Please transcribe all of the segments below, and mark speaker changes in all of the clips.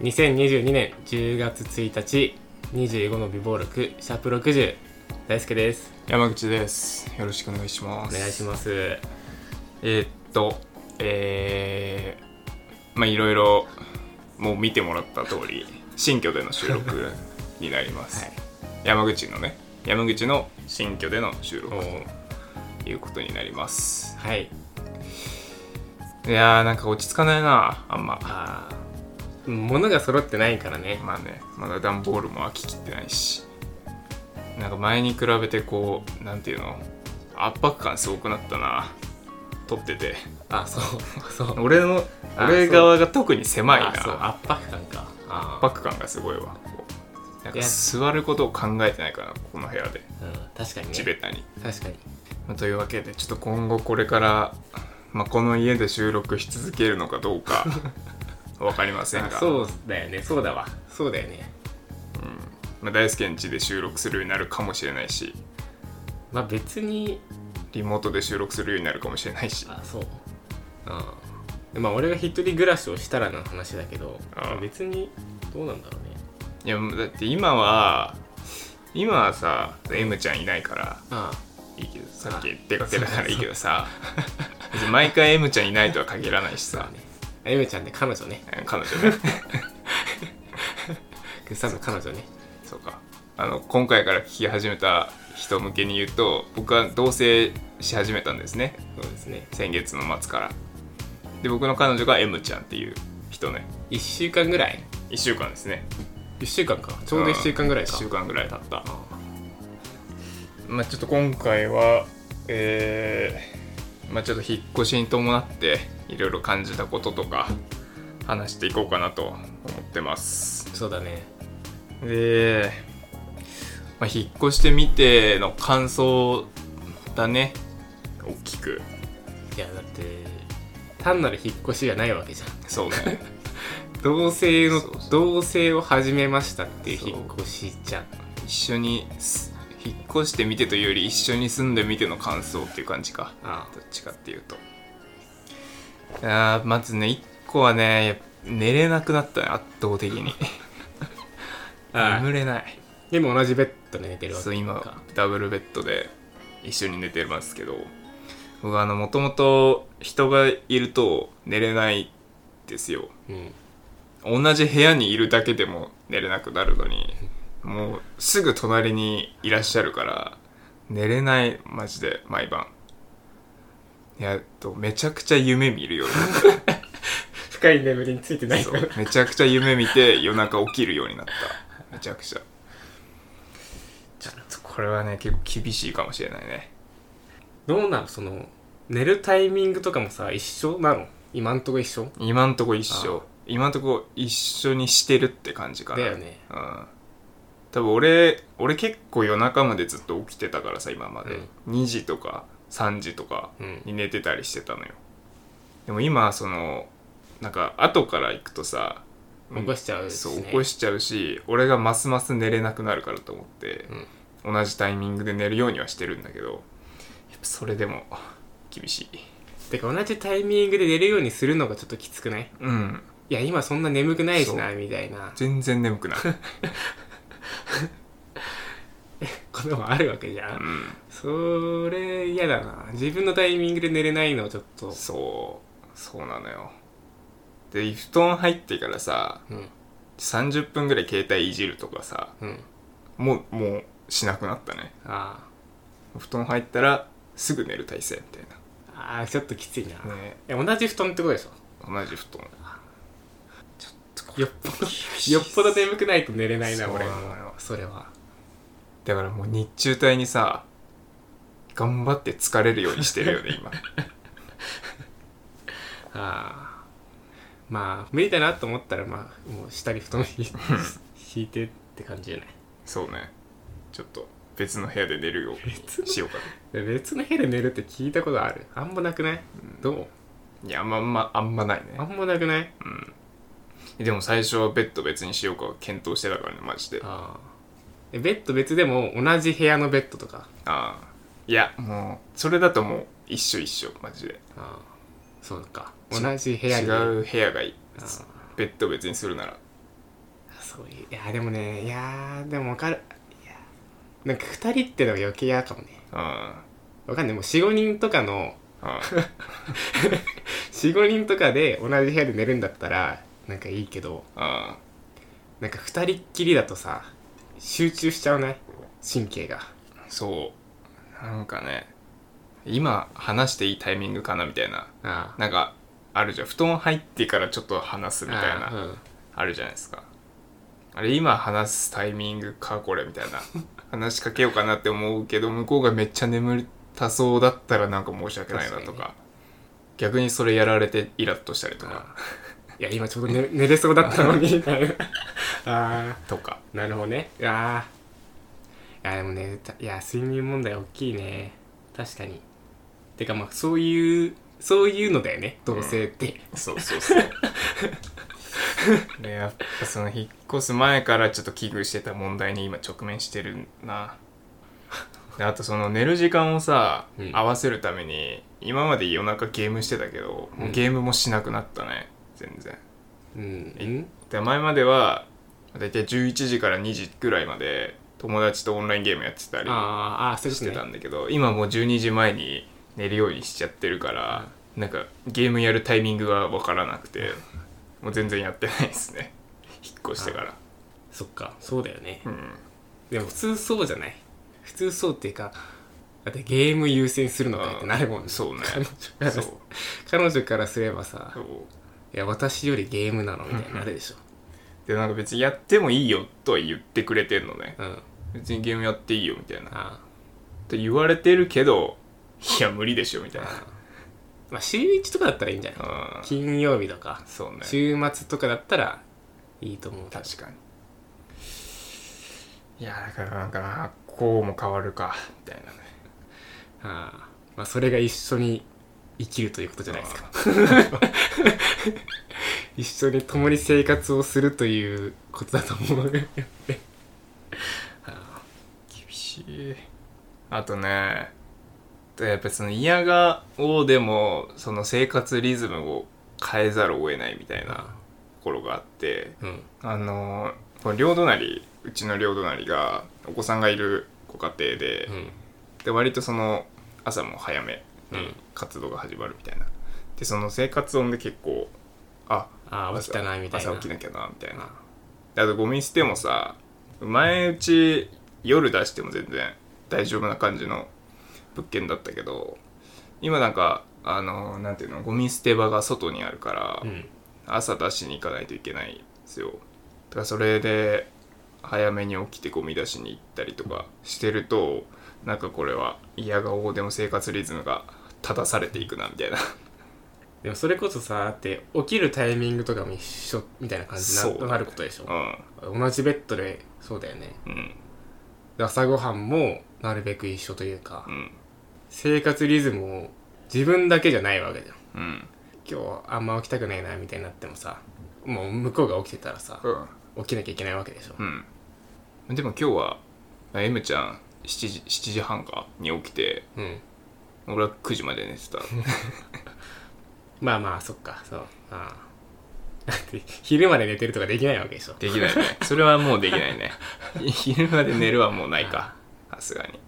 Speaker 1: 2022年10月1日25の美貌録シャープ60大輔です
Speaker 2: 山口ですよろしくお願いしま
Speaker 1: お
Speaker 2: す
Speaker 1: 願いしますす
Speaker 2: えーっとえー、まあいろいろもう見てもらった通り新居での収録になります、
Speaker 1: はい
Speaker 2: 山口のね山口の新居での収録
Speaker 1: お
Speaker 2: と
Speaker 1: ー
Speaker 2: いうことになります
Speaker 1: はい
Speaker 2: いやーなんか落ち着かないなあんま
Speaker 1: あー物が揃ってないからね
Speaker 2: まあねまだ段ボールも飽ききってないしなんか前に比べてこうなんていうの圧迫感すごくなったな撮ってて
Speaker 1: あそう そう
Speaker 2: 俺の
Speaker 1: あ
Speaker 2: 俺側が特に狭いな
Speaker 1: あそう
Speaker 2: 圧
Speaker 1: 圧迫感かあー
Speaker 2: 迫感がすごいわこうなん
Speaker 1: い
Speaker 2: か
Speaker 1: や
Speaker 2: 座ることを考えてないからこの部屋で
Speaker 1: うん、確かにね
Speaker 2: 地べたに、
Speaker 1: 確かに
Speaker 2: まあというわけでちょっと今後これから、まあ、この家で収録し続けるのかど うかわかりません
Speaker 1: あ
Speaker 2: が
Speaker 1: そうだよねそうだわそうだよね
Speaker 2: まあ、大輔ん家で収録するようになるかもしれないし
Speaker 1: まあ別に
Speaker 2: リモートで収録するようになるかもしれないし
Speaker 1: あそううんまあ俺が一人暮らしをしたらの話だけど
Speaker 2: あー
Speaker 1: 別にどうなんだろうね
Speaker 2: いやだって今は今はさ M ちゃんいないから
Speaker 1: あ
Speaker 2: いいけど
Speaker 1: あ
Speaker 2: さっき出かけたからいいけどさ別に毎回 M ちゃんいないとは限らないし
Speaker 1: あ
Speaker 2: さ
Speaker 1: ねあゆめちゃんね彼女ね
Speaker 2: 彼女ね
Speaker 1: グッサンの彼女ね
Speaker 2: そうかあの今回から聞き始めた人向けに言うと僕は同棲し始めたんですね
Speaker 1: そうですね
Speaker 2: 先月の末からで僕の彼女が M ちゃんっていう人ね
Speaker 1: 1週間ぐらい
Speaker 2: 1週間ですね
Speaker 1: 1週間かちょうど1週間ぐらい
Speaker 2: 1
Speaker 1: か
Speaker 2: 週間ぐらい経った
Speaker 1: あ
Speaker 2: まあちょっと今回はえーまあちょっと引っ越しに伴っていろいろ感じたこととか話していこうかなと思ってます
Speaker 1: ーそうだね
Speaker 2: で、まあ、引っ越してみての感想だね大きく
Speaker 1: いやだって単なる引っ越しがないわけじゃん
Speaker 2: そうね
Speaker 1: 同棲の
Speaker 2: そうそう
Speaker 1: 同棲を始めましたっていう
Speaker 2: そう
Speaker 1: 引っ越しじゃん
Speaker 2: 一緒にす引っ越してみてというより一緒に住んでみての感想っていう感じか
Speaker 1: あ
Speaker 2: どっちかっていうとあーまずね1個はねやっぱ寝れなくなったね圧倒的 に眠れない
Speaker 1: でも同じベッドで寝てるわけ
Speaker 2: そう今
Speaker 1: か
Speaker 2: ダブルベッドで一緒に寝てますけど僕あのもともと人がいると寝れないんですよ
Speaker 1: うん
Speaker 2: 同じ部屋にいるだけでも寝れなくなるのにもうすぐ隣にいらっしゃるから寝れないマジで毎晩いやえっとめちゃくちゃ夢見るようになった
Speaker 1: 深い眠りについて ない
Speaker 2: そ
Speaker 1: か
Speaker 2: う
Speaker 1: ら
Speaker 2: めちゃくちゃ夢見て夜中起きるようになっためちゃくちゃちょっとこれはね結構厳しいかもしれないね
Speaker 1: どうなのその寝るタイミングとかもさ一緒なの今んとこ一緒
Speaker 2: 今んとこ一
Speaker 1: あ
Speaker 2: 緒今んとこ一緒にしてるって感じかな
Speaker 1: だよね
Speaker 2: うん多分俺俺結構夜中までずっと起きてたからさ今まで、2時とか3時とか
Speaker 1: うん
Speaker 2: に寝てたりしてたのよでも今そのなんか後から行くとさ
Speaker 1: 起こしちゃうし、
Speaker 2: そ
Speaker 1: ね
Speaker 2: う起こしちゃうし俺がますます寝れなくなるからと思って、同じタイミングで寝るようにはしてるんだけどやっぱそれでも厳しい
Speaker 1: てか同じタイミングで寝るようにするのがちょっときつくない
Speaker 2: うん
Speaker 1: いや今そんな眠くないしな
Speaker 2: そ
Speaker 1: みたいな
Speaker 2: 全然眠 くない、
Speaker 1: こともあるわけじゃん、
Speaker 2: うん、
Speaker 1: それ嫌だな自分のタイミングで寝れないのはちょっと
Speaker 2: そうそうなのよで布団入ってからさ
Speaker 1: うん
Speaker 2: 30分ぐらい携帯いじるとかさ
Speaker 1: うん
Speaker 2: もうもうしなくなったね
Speaker 1: あ
Speaker 2: 布団入ったらすぐ寝る体勢みたい
Speaker 1: ーあーちょっときついな、
Speaker 2: なね
Speaker 1: いや同じ布団ってことでしょ
Speaker 2: 同じ布団
Speaker 1: よっぽどよっぽど眠くないと寝れないな
Speaker 2: そう
Speaker 1: 俺
Speaker 2: な
Speaker 1: も
Speaker 2: のよ
Speaker 1: それは
Speaker 2: だからもう日中帯にさ頑張って疲れるようにしてるよね今
Speaker 1: ああまあ無理だなと思ったらまあもう下に布団ひ引いてって感じじゃない
Speaker 2: そうねちょっと別の部屋で寝るようにしようかな
Speaker 1: で別の部屋で寝るって聞いたことあるあんまなくない、どう
Speaker 2: いやあんまあんまあんまないね
Speaker 1: あんまなくない
Speaker 2: でも最初はベッド別にしようか検討してたからねマジで
Speaker 1: ああえベッド別でも同じ部屋のベッドとか
Speaker 2: ああいやもうそれだともう一緒一緒マジで
Speaker 1: ああそうか
Speaker 2: ち
Speaker 1: 同じ部屋
Speaker 2: 違
Speaker 1: に
Speaker 2: う部屋がいい
Speaker 1: ああ
Speaker 2: ベッド別にするなら
Speaker 1: そういういやでもねいやーでもわかるいやなんか2人ってのが余計嫌かもね
Speaker 2: あ
Speaker 1: わかんないもう45人とかの
Speaker 2: あ
Speaker 1: 45人とかで同じ部屋で寝るんだったらなんかいいけど
Speaker 2: あ
Speaker 1: なんか2人っきりだとさ集中しちゃうね神経が
Speaker 2: そうなんかね今話していいタイミングかなみたいな
Speaker 1: あ
Speaker 2: なんかあるじゃん布団入ってからちょっと話す
Speaker 1: あ
Speaker 2: みたいな
Speaker 1: ああうん
Speaker 2: あるじゃないですかあれ今話すタイミングかこれみたいな話しかけようかなって思うけど向こうがめっちゃ眠たそうだったらなんか申し訳ないなと
Speaker 1: 確
Speaker 2: か
Speaker 1: かに
Speaker 2: 逆にそれやられてイラッとしたりとか
Speaker 1: あいや今ちょうど寝寝れそうだったのにみたいなあ
Speaker 2: とか
Speaker 1: あなるほどねいやーいやでもねたいや睡眠問題大きいね確かにてかまあそういうそういうのだよね同性って、
Speaker 2: そうそうそうでやっぱその引っ越す前からちょっと危惧してた問題に今直面してるなであとその寝る時間をさ、
Speaker 1: うん
Speaker 2: 合わせるために今まで夜中ゲームしてたけど、もうゲームもしなくなったね全然
Speaker 1: うん、う
Speaker 2: え
Speaker 1: ん
Speaker 2: で前まではだいたい11時から2時ぐらいまで友達とオンラインゲームやってたり
Speaker 1: あーあーそう
Speaker 2: して
Speaker 1: ね
Speaker 2: たんだけど、今もう12時前に寝るようにしちゃってるから、なんかゲームやるタイミングが分からなくてもう全然やってないですね 引っ越してから
Speaker 1: そっかそうだよね
Speaker 2: うん
Speaker 1: でも普通そうじゃない普通そうっていうかだってゲーム優先するのかよってなるもんね
Speaker 2: そう ね
Speaker 1: 彼女から
Speaker 2: そう
Speaker 1: 彼女からすればさ
Speaker 2: そう
Speaker 1: 「いや私よりゲームなの」みたいになるでしょ
Speaker 2: でなんか別にやってもいいよとは言ってくれてんのね
Speaker 1: うん
Speaker 2: 別にゲームやっていいよみたいなっ
Speaker 1: あ
Speaker 2: て言われてるけどいや無理でしょみたい
Speaker 1: あまあ週1とかだったらいいんじゃない
Speaker 2: なうん
Speaker 1: 金曜日とか
Speaker 2: そうね
Speaker 1: 週末とかだったらいいと思う
Speaker 2: 確かにいやだからなんかなこうも変わるかみたいなね
Speaker 1: ああまあそれが一緒に生きるということじゃないですか
Speaker 2: か
Speaker 1: 一緒に共に生活をするということだと思 う
Speaker 2: 厳しいあとねやっぱりその嫌がをでもその生活リズムを変えざるを得ないみたいなところがあって
Speaker 1: うん
Speaker 2: あのこの両隣うちの両隣がお子さんがいるご家庭で、
Speaker 1: うん
Speaker 2: で割とその朝も早め
Speaker 1: うん
Speaker 2: に活動が始まるみたいな、でその生活音で結構あ
Speaker 1: ああ起きたなみたいな
Speaker 2: 朝起きなきゃなみたいな
Speaker 1: あ
Speaker 2: であとゴミ捨てもさ前うち夜出しても全然大丈夫な感じの物件だったけど今なんかあのなんていうのゴミ捨て場が外にあるから、
Speaker 1: あうん
Speaker 2: 朝出しに行かないといけないんですよだからそれで早めに起きてゴミ出しに行ったりとかしてるとなんかこれは嫌がおうでも生活リズムが正されていくなみたいな
Speaker 1: でもそれこそさだって起きるタイミングとかも一緒みたいな感じ
Speaker 2: そう
Speaker 1: にななることでしょ
Speaker 2: うん
Speaker 1: 同じベッドでそうだよね
Speaker 2: うん
Speaker 1: で朝ごはんもなるべく一緒というか、
Speaker 2: うん
Speaker 1: 生活リズムを自分だけじゃないわけじゃん
Speaker 2: うん
Speaker 1: 今日あんま起きたくないなみたいになってもさもう向こうが起きてたらさ
Speaker 2: うん
Speaker 1: 起きなきゃいけないわけでしょ
Speaker 2: うん。でも今日は、あ M ちゃん7時 ,7 時半かに起きて、
Speaker 1: うん
Speaker 2: 俺は9時まで寝て た。
Speaker 1: まあまあそっかそうああだって昼まで寝てるとかできないわけでしょ
Speaker 2: できないね。それはもうできないね。昼まで寝るはもうないか。さすがに。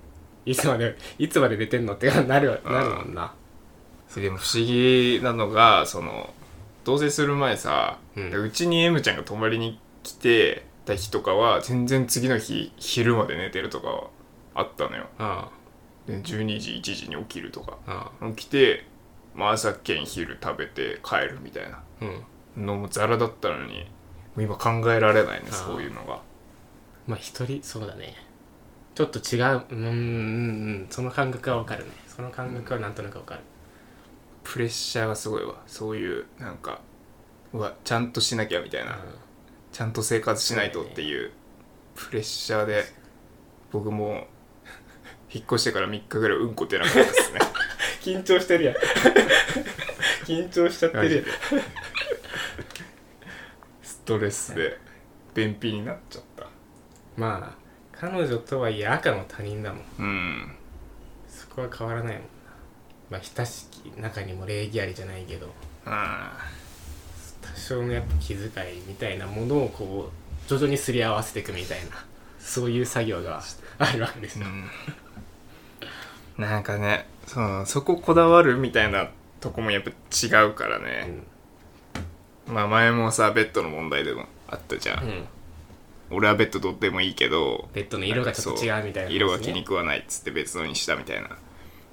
Speaker 1: いつまでいつまで寝てんのってなるわなるもんな
Speaker 2: でも不思議なのが、その、同棲する前さ、
Speaker 1: うん
Speaker 2: うちに M ちゃんが泊まりに来てた日とかは、全然次の日、昼まで寝てるとかあったのよ。
Speaker 1: あ
Speaker 2: で12時、1時に起きるとか。
Speaker 1: ああ
Speaker 2: 起きて、まあ朝兼昼食べて帰るみたいな。
Speaker 1: あうん
Speaker 2: のもザラだったのにもう今考えられないね
Speaker 1: あー
Speaker 2: そういうのが
Speaker 1: まあ一人そうだねちょっと違ううんうんうんその感覚はわかるねその感覚はなんとなくわかる、
Speaker 2: プレッシャーがすごいわそういうなんかうわちゃんとしなきゃみたいな、ちゃんと生活しないとっていうプレッシャーで僕も引っ越してから3日ぐらいうんこ出なかったですね
Speaker 1: 緊張してるやん 緊張しちゃって
Speaker 2: マジ
Speaker 1: る
Speaker 2: でストレスで便秘になっちゃった
Speaker 1: まあ彼女とはいえ赤の他人だもん
Speaker 2: うん
Speaker 1: そこは変わらないもんなまあ親しき中にも礼儀ありじゃないけど
Speaker 2: あ
Speaker 1: 多少のやっぱ気遣いみたいなものをこう徐々にすり合わせていくみたいなそういう作業があるわけですよ、
Speaker 2: うん、なんかねそのそここだわるみたいなとこもやっぱ違うからね、まあ前もさベッドの問題でもあったじゃん、
Speaker 1: うん
Speaker 2: 俺はベッドどってもいいけど
Speaker 1: ベッドの色がちょっと違うみたいな話ね
Speaker 2: んかそう色が気に食わないっつって別のにしたみたいな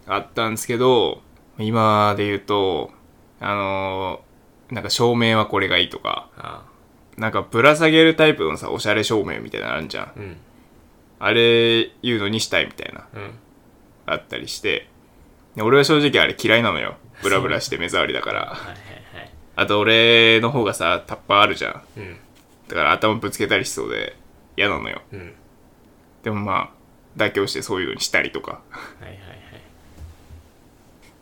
Speaker 2: あったんですけど今で言うとあのーなんか照明はこれがいいとか
Speaker 1: あ
Speaker 2: なんかぶら下げるタイプのさおしゃれ照明みたいなのあるじゃん
Speaker 1: あうん
Speaker 2: あれ言うのにしたいみたいな
Speaker 1: うん
Speaker 2: あったりしてで俺は正直あれ嫌いなのよブラブラして目障りだから
Speaker 1: はいはいはい
Speaker 2: あと俺の方がさタッパーあるじゃん
Speaker 1: うん
Speaker 2: だから頭ぶつけたりしそうで嫌なのよ
Speaker 1: うん
Speaker 2: でもまあ妥協してそういうのにしたりとか
Speaker 1: はいはいはい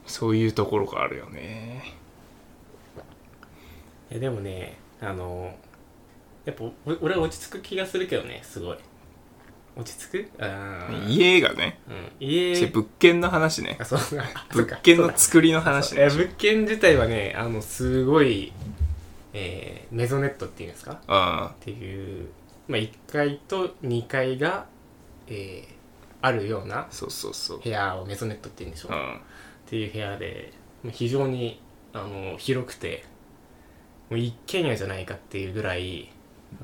Speaker 2: そういうところがあるよね。
Speaker 1: いやでもねあのやっぱお俺は落ち着く気がするけどねすごい落ち着くあー
Speaker 2: 家がね、
Speaker 1: うん家
Speaker 2: それ物件の話ね
Speaker 1: あ。そうあそう
Speaker 2: 物
Speaker 1: か
Speaker 2: 件の作りの話
Speaker 1: そうえ
Speaker 2: ね。
Speaker 1: 物件自体はねあのすごい、えーメゾネットっていうんですかっ
Speaker 2: うん。
Speaker 1: ていう、まあ、1階と2階が、えーあるような
Speaker 2: そうそうそう。
Speaker 1: 部屋をメゾネットって言うんでしょ
Speaker 2: う
Speaker 1: っ
Speaker 2: ん。
Speaker 1: ていう部屋でまあ非常にあの広くてもう一軒家じゃないかっていうぐらい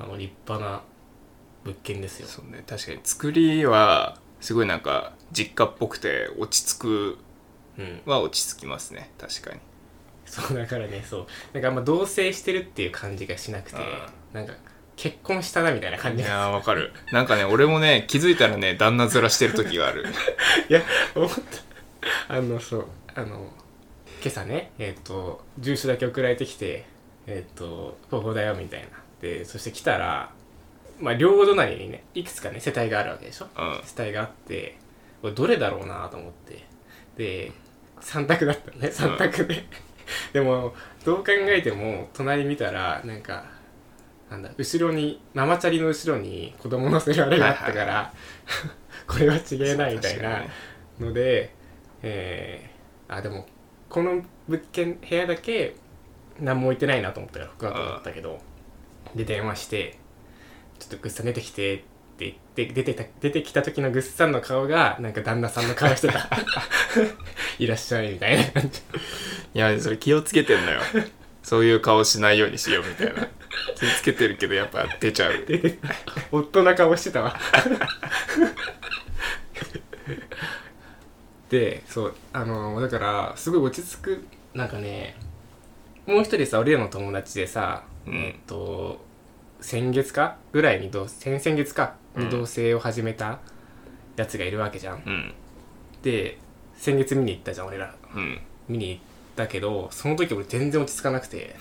Speaker 1: あの立派な物件ですよ
Speaker 2: そうね。確かに作りは、すごいなんか、実家っぽくて、落ち着
Speaker 1: うん
Speaker 2: くは落ち着きますね。確かに。
Speaker 1: そうだからねそうなんかあんま同棲してるっていう感じがしなくて
Speaker 2: あ
Speaker 1: なんか結婚したなみたいな感
Speaker 2: い
Speaker 1: じが
Speaker 2: やー、わかる。なんかね、俺もね、気づいたらね、旦那面してる時がある。
Speaker 1: いや思ったあ のそうあの今朝ねえっ、と住所だけ送られてきてえっ、と「ここだよ」みたいなでそして来たらまあ両隣にねいくつかね世帯があるわけでしょ
Speaker 2: うん。
Speaker 1: 世帯があってこれどれだろうなと思ってで3択だったのね3択で、 でもどう考えても隣見たらなんかなんだ後ろにママチャリの後ろに子供乗せられがあったから、 これは違えないみたいな
Speaker 2: 確かにね
Speaker 1: ので、えーあでもこの物件部屋だけ何も置いてないなと思ったから他だと思ったけどで電話して「ちょっとぐっさん出てきて」って言って出てた出てきた時のぐっさんの顔がなんか旦那さんの顔してた 「いらっしゃい」みたいな感じ
Speaker 2: いや、それ気をつけてんのよ。そういう顔しないようにしようみたいな。気をつけてるけど、やっぱ出ちゃう。
Speaker 1: 出てた夫な顔してたわ でそうあのだからすごい落ち着くなんかねもう一人さ俺らの友達でさ、
Speaker 2: うん
Speaker 1: えっと先月かぐらいに同先々月か
Speaker 2: う
Speaker 1: に
Speaker 2: ん
Speaker 1: 同棲を始めたやつがいるわけじゃん、
Speaker 2: うん。
Speaker 1: で先月見に行ったじゃん俺ら
Speaker 2: うん。
Speaker 1: 見に行ったけどその時俺全然落ち着かなくて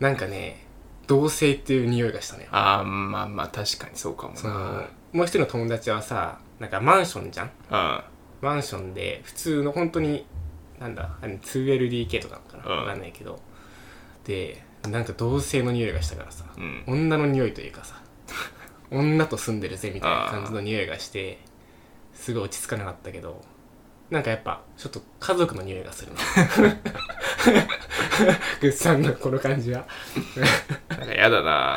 Speaker 1: なんかね同棲っていう匂いがしたね
Speaker 2: ああまあまあ確かにそうかも
Speaker 1: その
Speaker 2: な
Speaker 1: もう一人の友達はさなんかマンションじゃんマンションで普通の本当になんだあの 2LDK とかなのかな
Speaker 2: うん
Speaker 1: わかんないけどでなんか同性の匂いがしたからさ、
Speaker 2: うん
Speaker 1: 女の匂いというかさ女と住んでるぜみたいな感じの匂いがしてすごい落ち着かなかったけどなんかやっぱちょっと家族の匂いがする なグッさんのこの感じは
Speaker 2: うんなんかやだな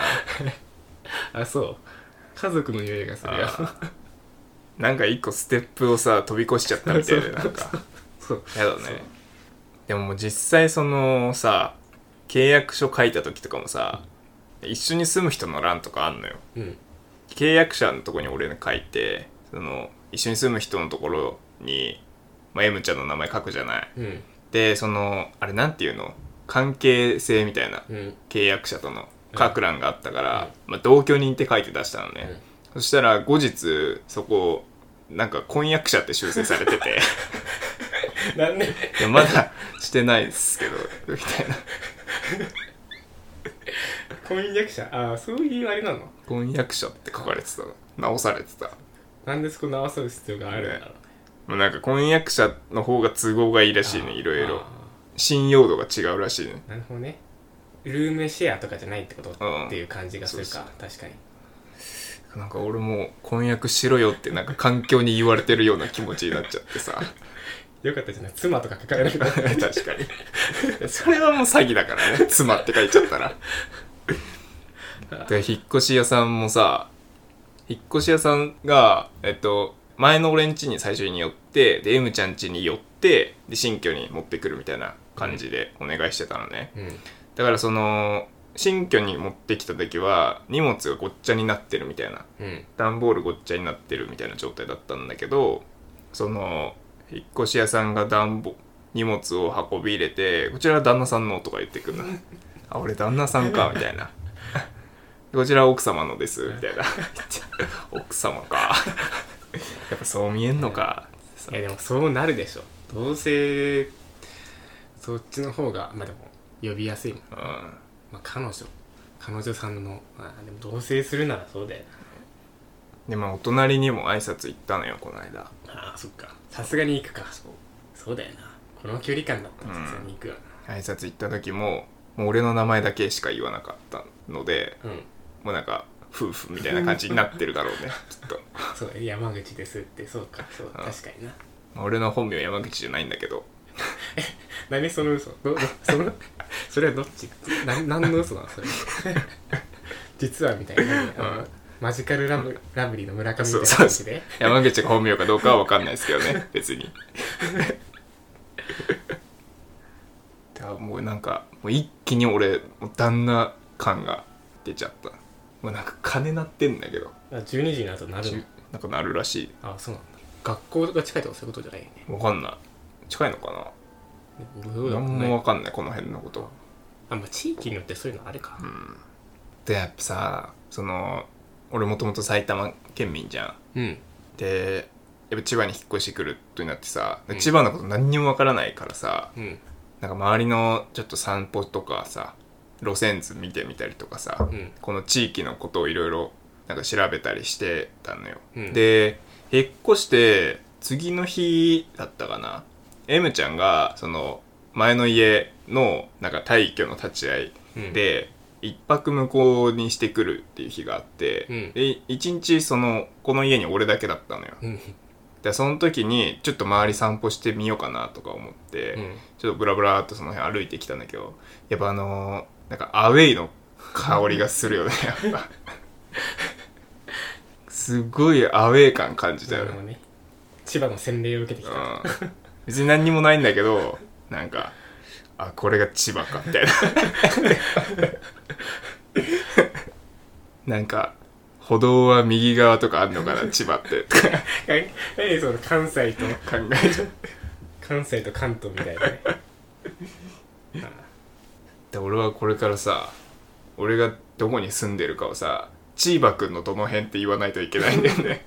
Speaker 1: あそう家族の匂いがするよ
Speaker 2: あなんか一個ステップをさ飛び越しちゃった みたいでなんか
Speaker 1: そう
Speaker 2: やだねでももう実際そのさ契約書書いた時とかもさ一緒に住む人の欄とかあんのよ
Speaker 1: うん
Speaker 2: 契約者のとこに俺の書いてその一緒に住む人のところに、まあ、M ちゃんの名前書くじゃない
Speaker 1: うん
Speaker 2: でそのあれなんていうの関係性みたいな
Speaker 1: うん
Speaker 2: 契約者との各欄があったから、まあ、同居人って書いて出したのね、そしたら後日そこなんか婚約者って修正されて て
Speaker 1: なんで
Speaker 2: いやまだしてないですけどみたいな
Speaker 1: 婚約者ああそういうあれなの
Speaker 2: 婚約者って書かれてたの直されてた
Speaker 1: なんでそこ直す必要があるんだろう
Speaker 2: もうなんか婚約者の方が都合がいいらしいねいろいろ
Speaker 1: あ
Speaker 2: 信用度が違うらしいね
Speaker 1: ーなるほどねルームシェアとかじゃないってこと
Speaker 2: うん
Speaker 1: っていう感じがする
Speaker 2: そう
Speaker 1: か確かに
Speaker 2: なんか俺も婚約しろよってなんか環境に言われてるような気持ちになっちゃってさ
Speaker 1: よかったじゃない妻とか書かれなくなっ
Speaker 2: 確か にそれはもう詐欺だからね妻って書いちゃったらで引っ越し屋さんもさ引っ越し屋さんがえっと前の俺ん家に最初に寄ってで M ちゃん家に寄ってで新居に持ってくるみたいな感じでお願いしてたのね、
Speaker 1: うん
Speaker 2: だからその新居に持ってきた時は荷物がごっちゃになってるみたいな
Speaker 1: うん
Speaker 2: 段ボールごっちゃになってるみたいな状態だったんだけどその引っ越し屋さんが段ボ荷物を運び入れて「こちらは旦那さんの」とか言ってくるの「あ俺旦那さんか」みたいな 「こちらは奥様のです」みたいな 「奥様か」 やっぱそう見えんのか
Speaker 1: いやでもそうなるでしょどうせそっちの方がまあでも呼びやすいもん、
Speaker 2: うん
Speaker 1: まあ、彼女彼女さんのまあでも同棲するならそうだよ
Speaker 2: でまあお隣にも挨拶行ったのよこの間
Speaker 1: なあーそっかさすがに行くかそうだよなこの距離感だったらさすがに行くよ
Speaker 2: 挨拶行った時ももう俺の名前だけしか言わなかったので
Speaker 1: なうん
Speaker 2: もうなんか夫婦みたいな感じになってるだろうねきっと
Speaker 1: そう山口ですってそうかそう確かにな
Speaker 2: まあ俺の本名山口じゃないんだけど
Speaker 1: 何その嘘どどその それはどっち何何の嘘なのそれ 実はみたいな、あの
Speaker 2: うん
Speaker 1: マジカルラブラブリーの村上みたい
Speaker 2: そう
Speaker 1: な
Speaker 2: そう
Speaker 1: 感
Speaker 2: そ
Speaker 1: じ
Speaker 2: う
Speaker 1: で
Speaker 2: 山口が本名かどうかは分かんないですけ どね別にだからもうなんかもう一気に俺もう旦那感が出ちゃったもうなんか金鳴ってんだけど
Speaker 1: あ12時になるとなるの
Speaker 2: なんか鳴るらしい
Speaker 1: あそうなんだ学校が近いとかそういうことじゃないよね
Speaker 2: 分かんない近いのか
Speaker 1: ど
Speaker 2: な
Speaker 1: うだろう
Speaker 2: 何も
Speaker 1: ね
Speaker 2: 分かんないこの辺のこと
Speaker 1: あまあ地域によってそういうのあれか、
Speaker 2: うんでやっぱさその俺もともと埼玉県民じゃん
Speaker 1: うん、
Speaker 2: でやっぱ千葉に引っ越してくることになってさ、
Speaker 1: うん
Speaker 2: 千葉のこと何にもわからないからさ
Speaker 1: うん
Speaker 2: なんか周りのちょっと散歩とかさ路線図見てみたりとかさ、
Speaker 1: うん
Speaker 2: この地域のことをいろいろなんか調べたりしてたのよ、
Speaker 1: うん
Speaker 2: で引っ越して次の日だったかな M ちゃんがその前の家のなんか退去の立ち会い
Speaker 1: うん
Speaker 2: で一泊向こうにしてくるっていう日があって、
Speaker 1: うん
Speaker 2: で一日そのこの家に俺だけだったのよ
Speaker 1: うん
Speaker 2: でその時にちょっと周り散歩してみようかなとか思って、
Speaker 1: うん
Speaker 2: ちょっとブラブラーっとその辺歩いてきたんだけどやっぱあのーなんかアウェイの香りがするよねやっぱすごいアウェイ感感じたよ
Speaker 1: なる
Speaker 2: ね
Speaker 1: ほどね千葉の洗礼を受けてきた、
Speaker 2: うん別に何にもないんだけどなんかあこれが千葉かみたいな なんか歩道は右側とかあんのかな千葉ってとか
Speaker 1: え 何その関西と
Speaker 2: 考えちゃう
Speaker 1: 関西と関東みたいなね
Speaker 2: で俺はこれからさ俺がどこに住んでるかをさ千葉君のどの辺って言わないといけないんだよね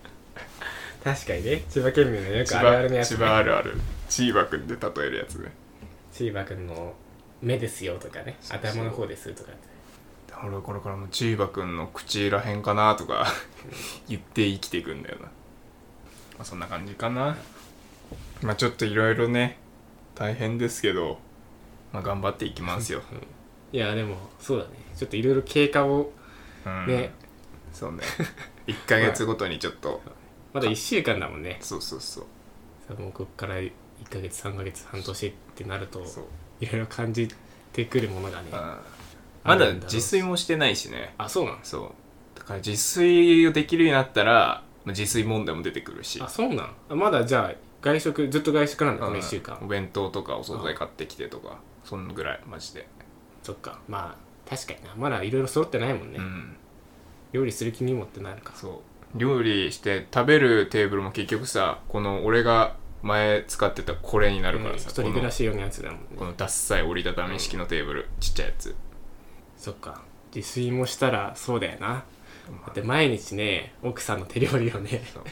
Speaker 1: 確かにね千葉県民のよ
Speaker 2: 千
Speaker 1: く
Speaker 2: 葉
Speaker 1: あるあるのやつ、ね、
Speaker 2: 千葉あるある千葉君で例えるやつね
Speaker 1: 千葉君の目ですよとかね
Speaker 2: そうそう
Speaker 1: 頭の方ですとかって
Speaker 2: で俺はこれからもう千葉君の口らへんかなとか言って生きていくんだよな、まあ、そんな感じかなまあちょっといろいろね大変ですけど、まあ、頑張っていきますよ、
Speaker 1: いやでもそうだねちょっといろいろ経過を
Speaker 2: うん、
Speaker 1: ね
Speaker 2: そうね1ヶ月ごとにちょっと
Speaker 1: まだ1週間だもんね
Speaker 2: そうそうそう
Speaker 1: さあもうこっから1ヶ月3ヶ月半年ってなると
Speaker 2: そう
Speaker 1: いろいろ感じてくるものがね
Speaker 2: あー
Speaker 1: あ
Speaker 2: ま
Speaker 1: る
Speaker 2: だ
Speaker 1: んだろう
Speaker 2: 自炊もしてないしね
Speaker 1: あそうなんです
Speaker 2: そうだから自炊をできるようになったらまあ自炊問題も出てくるし
Speaker 1: あそうなんあまだじゃあ外食ずっと外食なんだこの1週
Speaker 2: うんお
Speaker 1: 間
Speaker 2: 弁当とかお惣菜買ってきてとかそんぐらいマジで
Speaker 1: そっかまあ確かになまだいろいろ揃ってないもんね、
Speaker 2: うん
Speaker 1: 料理する気にもってなるか
Speaker 2: そう料理して食べるテーブルも結局さこの俺が前使ってたこれになるから
Speaker 1: うん
Speaker 2: さ、
Speaker 1: 一人
Speaker 2: こ
Speaker 1: 暮
Speaker 2: の
Speaker 1: らし用のやつだもん
Speaker 2: こ
Speaker 1: ね
Speaker 2: のダッサい折りたたみ式のテーブル、ちっちゃいやつ
Speaker 1: そっか自炊もしたらそうだよなだって毎日ね奥さんの手料理をね
Speaker 2: そう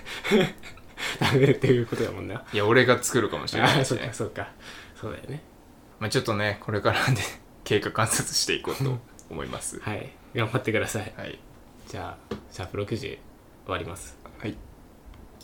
Speaker 1: 食べるっていうことだもんな
Speaker 2: いや俺が作るかもしれ な
Speaker 1: あ
Speaker 2: い
Speaker 1: そ
Speaker 2: し
Speaker 1: っか
Speaker 2: ね
Speaker 1: そっかそうだよね
Speaker 2: まあ、ちょっとねこれからで、経過観察していこうと思 います
Speaker 1: はい頑張ってください
Speaker 2: はい
Speaker 1: じゃあシャープ60終わります
Speaker 2: はい